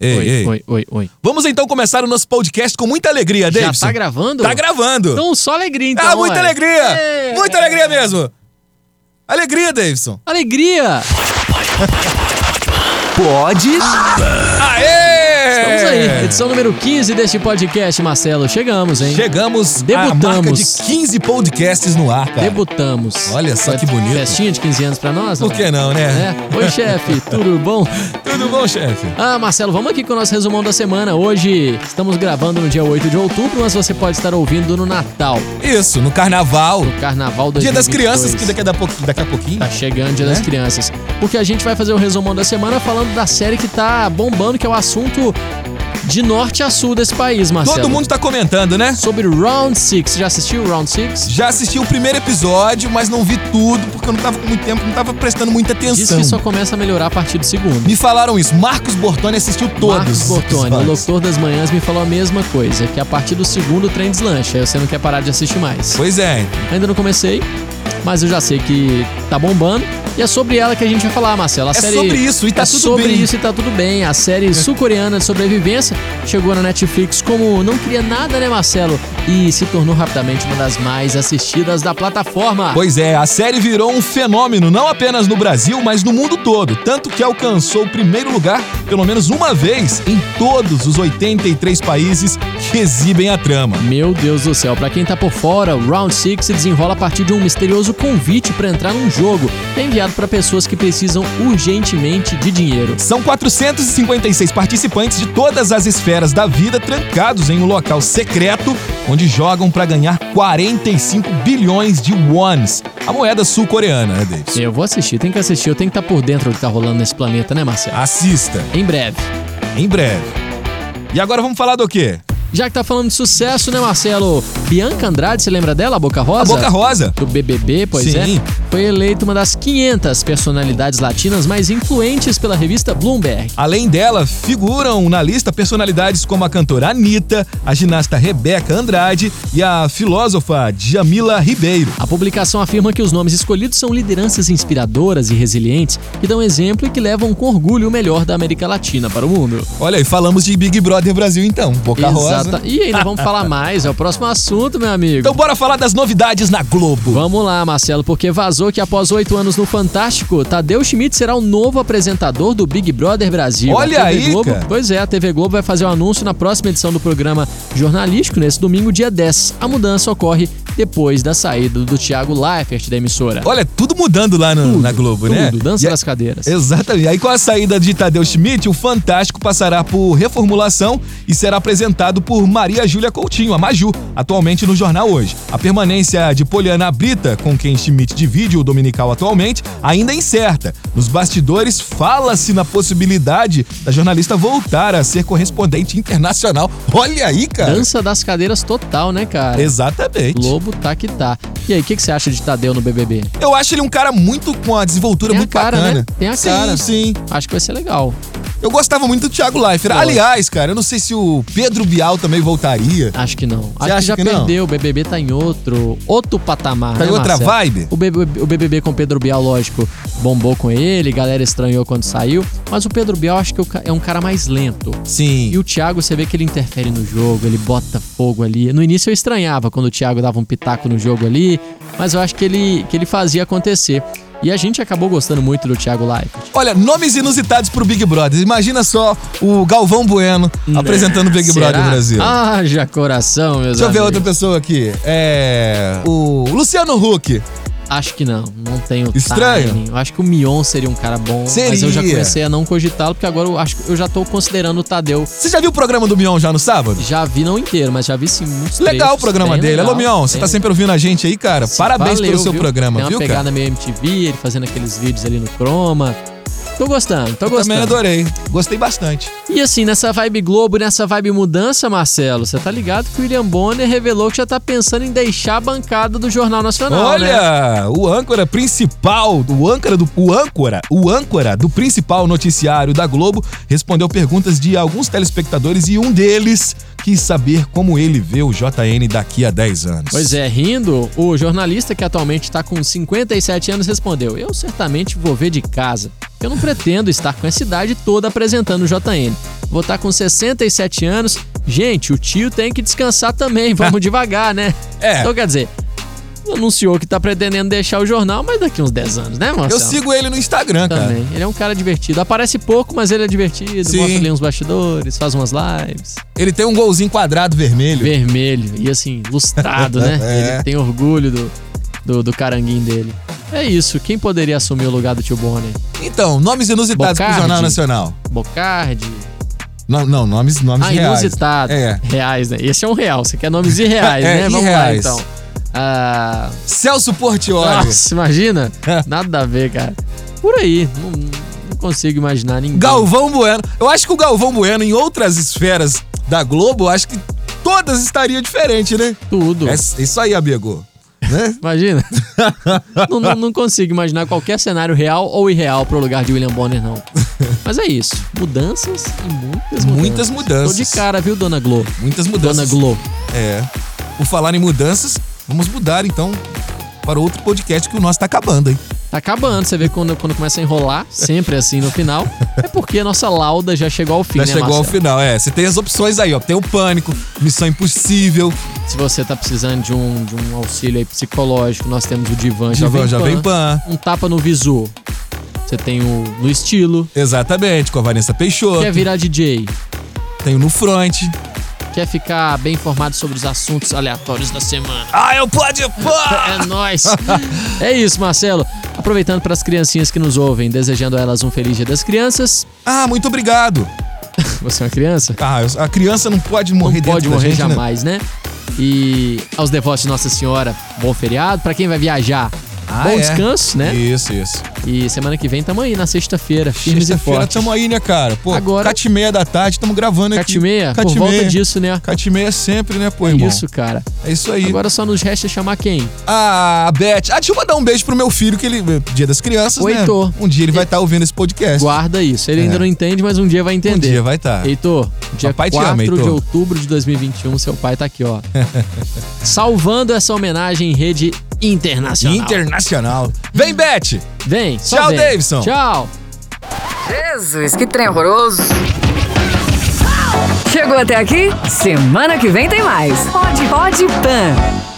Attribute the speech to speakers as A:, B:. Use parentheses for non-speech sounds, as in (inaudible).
A: ei,
B: oi,
A: ei.
B: oi, oi, oi.
A: Vamos então começar o nosso podcast com muita alegria,
B: Já
A: Davidson.
B: tá gravando?
A: Tá gravando.
B: Então só alegria, então.
A: ah, muita
B: olha.
A: alegria.
B: É.
A: Muita alegria mesmo. Alegria, Davidson.
B: Alegria!
C: Pode.
A: Aê!
B: Estamos
A: É.
B: aí. Edição número 15 deste podcast, Marcelo. Chegamos, hein?
A: Chegamos
B: Debutamos.
A: à marca de 15 podcasts no ar, cara.
B: Debutamos.
A: Olha só que bonito.
B: Festinha de 15 anos pra nós?
A: Por que não, né?
B: É. Oi, chefe. Tudo bom?
A: Tudo bom, chefe?
B: Ah, Marcelo, vamos aqui com o nosso resumão da semana. Hoje estamos gravando no dia 8 de outubro, mas você pode estar ouvindo no Natal,
A: Isso, no carnaval.
B: no Carnaval 2022.
A: Dia das crianças, que daqui a, pouco- daqui a pouquinho.
B: Tá chegando Dia das
A: Né?
B: Crianças. Porque a gente vai fazer o resumão da semana falando da série que tá bombando, que é o assunto de norte a sul desse país, Marcelo.
A: Todo mundo tá comentando, né?
B: Sobre Round 6. Já assistiu Round 6?
A: Já assisti o primeiro episódio, mas não vi tudo, porque eu não tava com muito tempo, não tava prestando muita
B: Diz
A: atenção.
B: que só começa a melhorar a partir do segundo.
A: Me falaram isso. Marcos Bortoni assistiu todos.
B: Marcos
A: os
B: Bortoni, o
A: episódios.
B: locutor das manhãs, me falou a mesma coisa, que a partir do segundo o trem deslancha, aí você não quer parar de assistir mais.
A: Pois é.
B: Ainda não comecei, mas eu já sei que tá bombando. E é sobre ela que a gente vai falar, Marcelo. A
A: É
B: série
A: sobre isso e tá
B: é
A: tudo
B: sobre
A: bem. É.
B: isso e tá tudo bem. A série sul-coreana de sobrevivência chegou na Netflix como não queria nada, né, Marcelo? E se tornou rapidamente uma das mais assistidas da plataforma.
A: Pois é, a série virou um fenômeno não apenas no Brasil, mas no mundo todo, tanto que alcançou o primeiro lugar pelo menos uma vez em todos os 83 países que exibem a trama.
B: Meu Deus do céu, pra quem tá por fora, o Round 6 se desenrola a partir de um misterioso convite pra entrar num jogo, É enviado pra pessoas que precisam urgentemente de dinheiro.
A: São 456 participantes de todas as esferas da vida trancados em um local secreto, onde jogam para ganhar 45 bilhões de wons, a moeda sul-coreana, né, Davis?
B: Eu vou assistir, tem que assistir, eu tenho que estar por dentro do que tá rolando nesse planeta, né, Marcelo?
A: Assista,
B: Em breve.
A: em breve. E agora vamos falar do quê?
B: Já que tá falando de sucesso, né, Marcelo? Bianca Andrade, você lembra dela, a Boca Rosa?
A: A Boca Rosa.
B: do BBB, pois
A: Sim.
B: é, foi eleita uma das 500 personalidades latinas mais influentes pela revista Bloomberg.
A: Além dela, figuram na lista personalidades como a cantora Anitta, a ginasta Rebeca Andrade e a filósofa Jamila Ribeiro.
B: A publicação afirma que os nomes escolhidos são lideranças inspiradoras e resilientes que dão exemplo e que levam com orgulho o melhor da América Latina para o mundo.
A: Olha aí, falamos de Big Brother Brasil então, Boca Rosa.
B: E ainda vamos
A: (laughs)
B: falar mais, é o próximo assunto, meu amigo.
A: Então bora falar das novidades na Globo.
B: Vamos lá, Marcelo, porque vazou que após oito anos no Fantástico, Tadeu Schmidt será o novo apresentador do Big Brother Brasil.
A: Olha
B: A TV
A: aí,
B: Globo,
A: cara.
B: Pois é, a TV Globo vai fazer o anúncio na próxima edição do programa jornalístico, nesse domingo, dia 10. A mudança ocorre depois da saída do Thiago Leifert da emissora.
A: Olha, tudo mudando lá no- na Globo, né?
B: Tudo, dança
A: E-
B: das cadeiras.
A: Exatamente. Aí com a saída de Tadeu Schmidt, o Fantástico passará por reformulação e será apresentado por Maria Júlia Coutinho, a Maju, atualmente no Jornal Hoje. A permanência de Poliana Brita, com quem Schmidt divide o Dominical atualmente, ainda é incerta. Nos bastidores, fala-se na possibilidade da jornalista voltar a ser correspondente internacional. Olha aí, cara!
B: Dança das cadeiras total, né, cara?
A: Exatamente.
B: Globo tá que tá. E aí, o que, que você acha de Tadeu no BBB?
A: Eu acho ele um cara muito com a desenvoltura
B: Tem a
A: muito
B: cara,
A: bacana.
B: né? Tem a
A: sim,
B: cara.
A: Sim,
B: Acho que vai ser legal.
A: Eu gostava muito do Thiago Leifert.
B: Nossa.
A: Aliás, cara, eu não sei se o Pedro Bial também voltaria. Tá
B: Acho que não. Acho
A: acha
B: que já
A: que não?
B: perdeu. O BBB tá em outro, outro patamar.
A: Tá em
B: né,
A: outra
B: Marcelo?
A: vibe?
B: O BBB, o BBB com o Pedro Bial, lógico, bombou com ele, galera estranhou quando saiu. Mas o Pedro Bial acho que o ca- é um cara mais lento. E
A: Sim.
B: o Thiago, você vê que ele interfere no jogo, ele bota fogo ali. No início eu estranhava quando o Thiago dava um pitaco no jogo ali, mas eu acho que ele, que ele fazia acontecer. E a gente acabou gostando muito do Thiago Leifert.
A: Olha, nomes inusitados pro Big Brother. Imagina só o Galvão Bueno apresentando o Big
B: Né. Será? Ah,
A: Brother Brasil.
B: Haja coração, meus
A: Deixa eu ver
B: amigos.
A: outra pessoa aqui. É. O Luciano Huck.
B: Acho que não, não tenho
A: Estranho?
B: timing. Eu acho que o Mion seria um cara bom, mas
A: Seria.
B: eu já comecei a não cogitá-lo, porque agora eu acho que eu já tô considerando o Tadeu.
A: Você já viu o programa do Mion já no sábado?
B: Já vi não inteiro, mas já vi sim muitos
A: Legal
B: trechos,
A: o programa
B: bem
A: dele.
B: legal,
A: Alô, Mion, você
B: bem
A: tá
B: legal.
A: sempre ouvindo a gente aí, cara.
B: Sim,
A: Parabéns
B: valeu,
A: pelo seu
B: viu?
A: programa,
B: Tem uma
A: viu,
B: pegada
A: cara?
B: meio MTV, ele fazendo aqueles vídeos ali no Chroma. Tô gostando, tô
A: Também
B: gostando.
A: adorei. Gostei bastante.
B: E assim, nessa vibe Globo, nessa vibe mudança, Marcelo, você tá ligado que o William Bonner revelou que já tá pensando em deixar a bancada do Jornal Nacional, né?
A: Olha, o âncora principal, o âncora do o âncora, o âncora do principal noticiário da Globo respondeu perguntas de alguns telespectadores e um deles quis saber como ele vê o JN daqui a 10 anos.
B: Pois é, rindo, tá o jornalista que atualmente está com 57 anos respondeu: Eu certamente vou ver de casa. Eu não pretendo estar com essa idade toda apresentando o JN. Vou estar com 67 anos. Gente, o tio tem que descansar
A: (laughs)
B: também, vamos devagar, né?
A: É.
B: Então, quer dizer, anunciou que tá pretendendo deixar o jornal, mas daqui uns 10 anos, né,
A: Eu
B: Marcelo?
A: sigo ele no Instagram, cara.
B: Também. Ele é um cara divertido. Aparece pouco, mas ele é divertido.
A: Sim.
B: Mostra ali uns bastidores, faz umas lives.
A: Ele tem um golzinho quadrado vermelho.
B: Vermelho e assim, lustrado, né?
A: (laughs) É.
B: Ele tem orgulho do, do, do caranguinho dele. É isso. Quem poderia assumir o lugar do tio Bonner?
A: Então, nomes inusitados pro
B: Bocardi.
A: Jornal Nacional.
B: Bocardi.
A: Não, não nomes, nomes
B: Ah,
A: reais.
B: inusitado.
A: É.
B: Reais, né? Esse é um real. Você quer
A: (laughs)
B: nomes irreais,
A: É,
B: né? Vamos
A: irreais.
B: lá, então. Ah,
A: Celso Portioli. (laughs)
B: nossa, imagina? Nada a ver, cara. Por aí. Não, não consigo imaginar ninguém.
A: Galvão Bueno. Eu acho que o Galvão Bueno, em outras esferas da Globo, eu acho que todas estariam diferente, né?
B: Tudo.
A: É s- isso aí, amigo. Né?
B: Imagina. (laughs) não, não- não consigo imaginar qualquer cenário real ou irreal pro lugar de William Bonner, não. Mas é isso. Mudanças e muitas mudanças.
A: Muitas mudanças.
B: Tô de cara, viu, Dona Glo?
A: Muitas
B: Dona
A: mudanças.
B: Glo.
A: É. Por falar em mudanças, vamos mudar então para outro podcast que o nosso tá acabando, hein?
B: Tá acabando, você vê quando, quando começa a enrolar, sempre assim no final. É porque a nossa lauda já chegou ao fim,
A: Já
B: né,
A: chegou ao
B: Marcelo?
A: final, é. Você tem as opções aí, ó. Tem o Pânico, Missão Impossível,
B: Se você tá precisando de um, de um auxílio aí psicológico, nós temos o Divan,
A: Divan Jovem Pan.
B: Um tapa no visu. Você tem o no estilo.
A: Exatamente, com a Vanessa Peixoto.
B: Quer virar DJ?
A: Tem o No Front.
B: Quer ficar bem informado sobre os assuntos aleatórios da semana?
A: Ah, eu pode
B: (laughs)
A: pô!
B: É nóis. é isso, Marcelo. Aproveitando para as criancinhas que nos ouvem, desejando a elas um feliz dia das crianças.
A: Ah, muito obrigado.
B: Você é uma criança?
A: Ah, eu- a criança não pode
B: Não
A: morrer dentro
B: pode
A: da
B: morrer
A: gente, né?
B: jamais, né? E aos devotos de Nossa Senhora, bom feriado. Para quem vai viajar,
A: Ah,
B: bom
A: é.
B: descanso, né?
A: Isso, isso.
B: E semana que vem tamo aí na sexta-feira, firmes e
A: Sexta-feira
B: fortes.
A: tamo aí, né, cara? Pô,
B: Agora-
A: cate e meia da tarde, tamo gravando aqui.
B: Catimeia, por
A: Cate e
B: volta
A: meia.
B: disso, né?
A: Cate e meia sempre, né, pô, irmão?
B: Isso, cara.
A: É isso aí.
B: Agora só nos resta chamar quem?
A: Ah, Beth. Ah, deixa eu mandar um beijo pro meu filho, que ele. eh, Dia das crianças,
B: Oi,
A: né?
B: Heitor.
A: Um dia ele vai estar ouvindo esse podcast.
B: Guarda isso. Ele
A: É.
B: ainda não entende, mas um dia vai
A: Um
B: entender.
A: dia vai estar.
B: Heitor, dia
A: Papai te
B: 4
A: ama, Heitor.
B: de outubro de 2021, seu pai tá
A: (laughs)
B: aqui, ó. Salvando essa homenagem em rede internacional.
A: Internacional. Vem, Beth!
B: Vem, só
A: Tchau,
B: vem.
A: Davidson.
B: Tchau.
C: Jesus, que trem horroroso. Chegou até aqui? Semana que vem tem mais. Pode, pode, pan.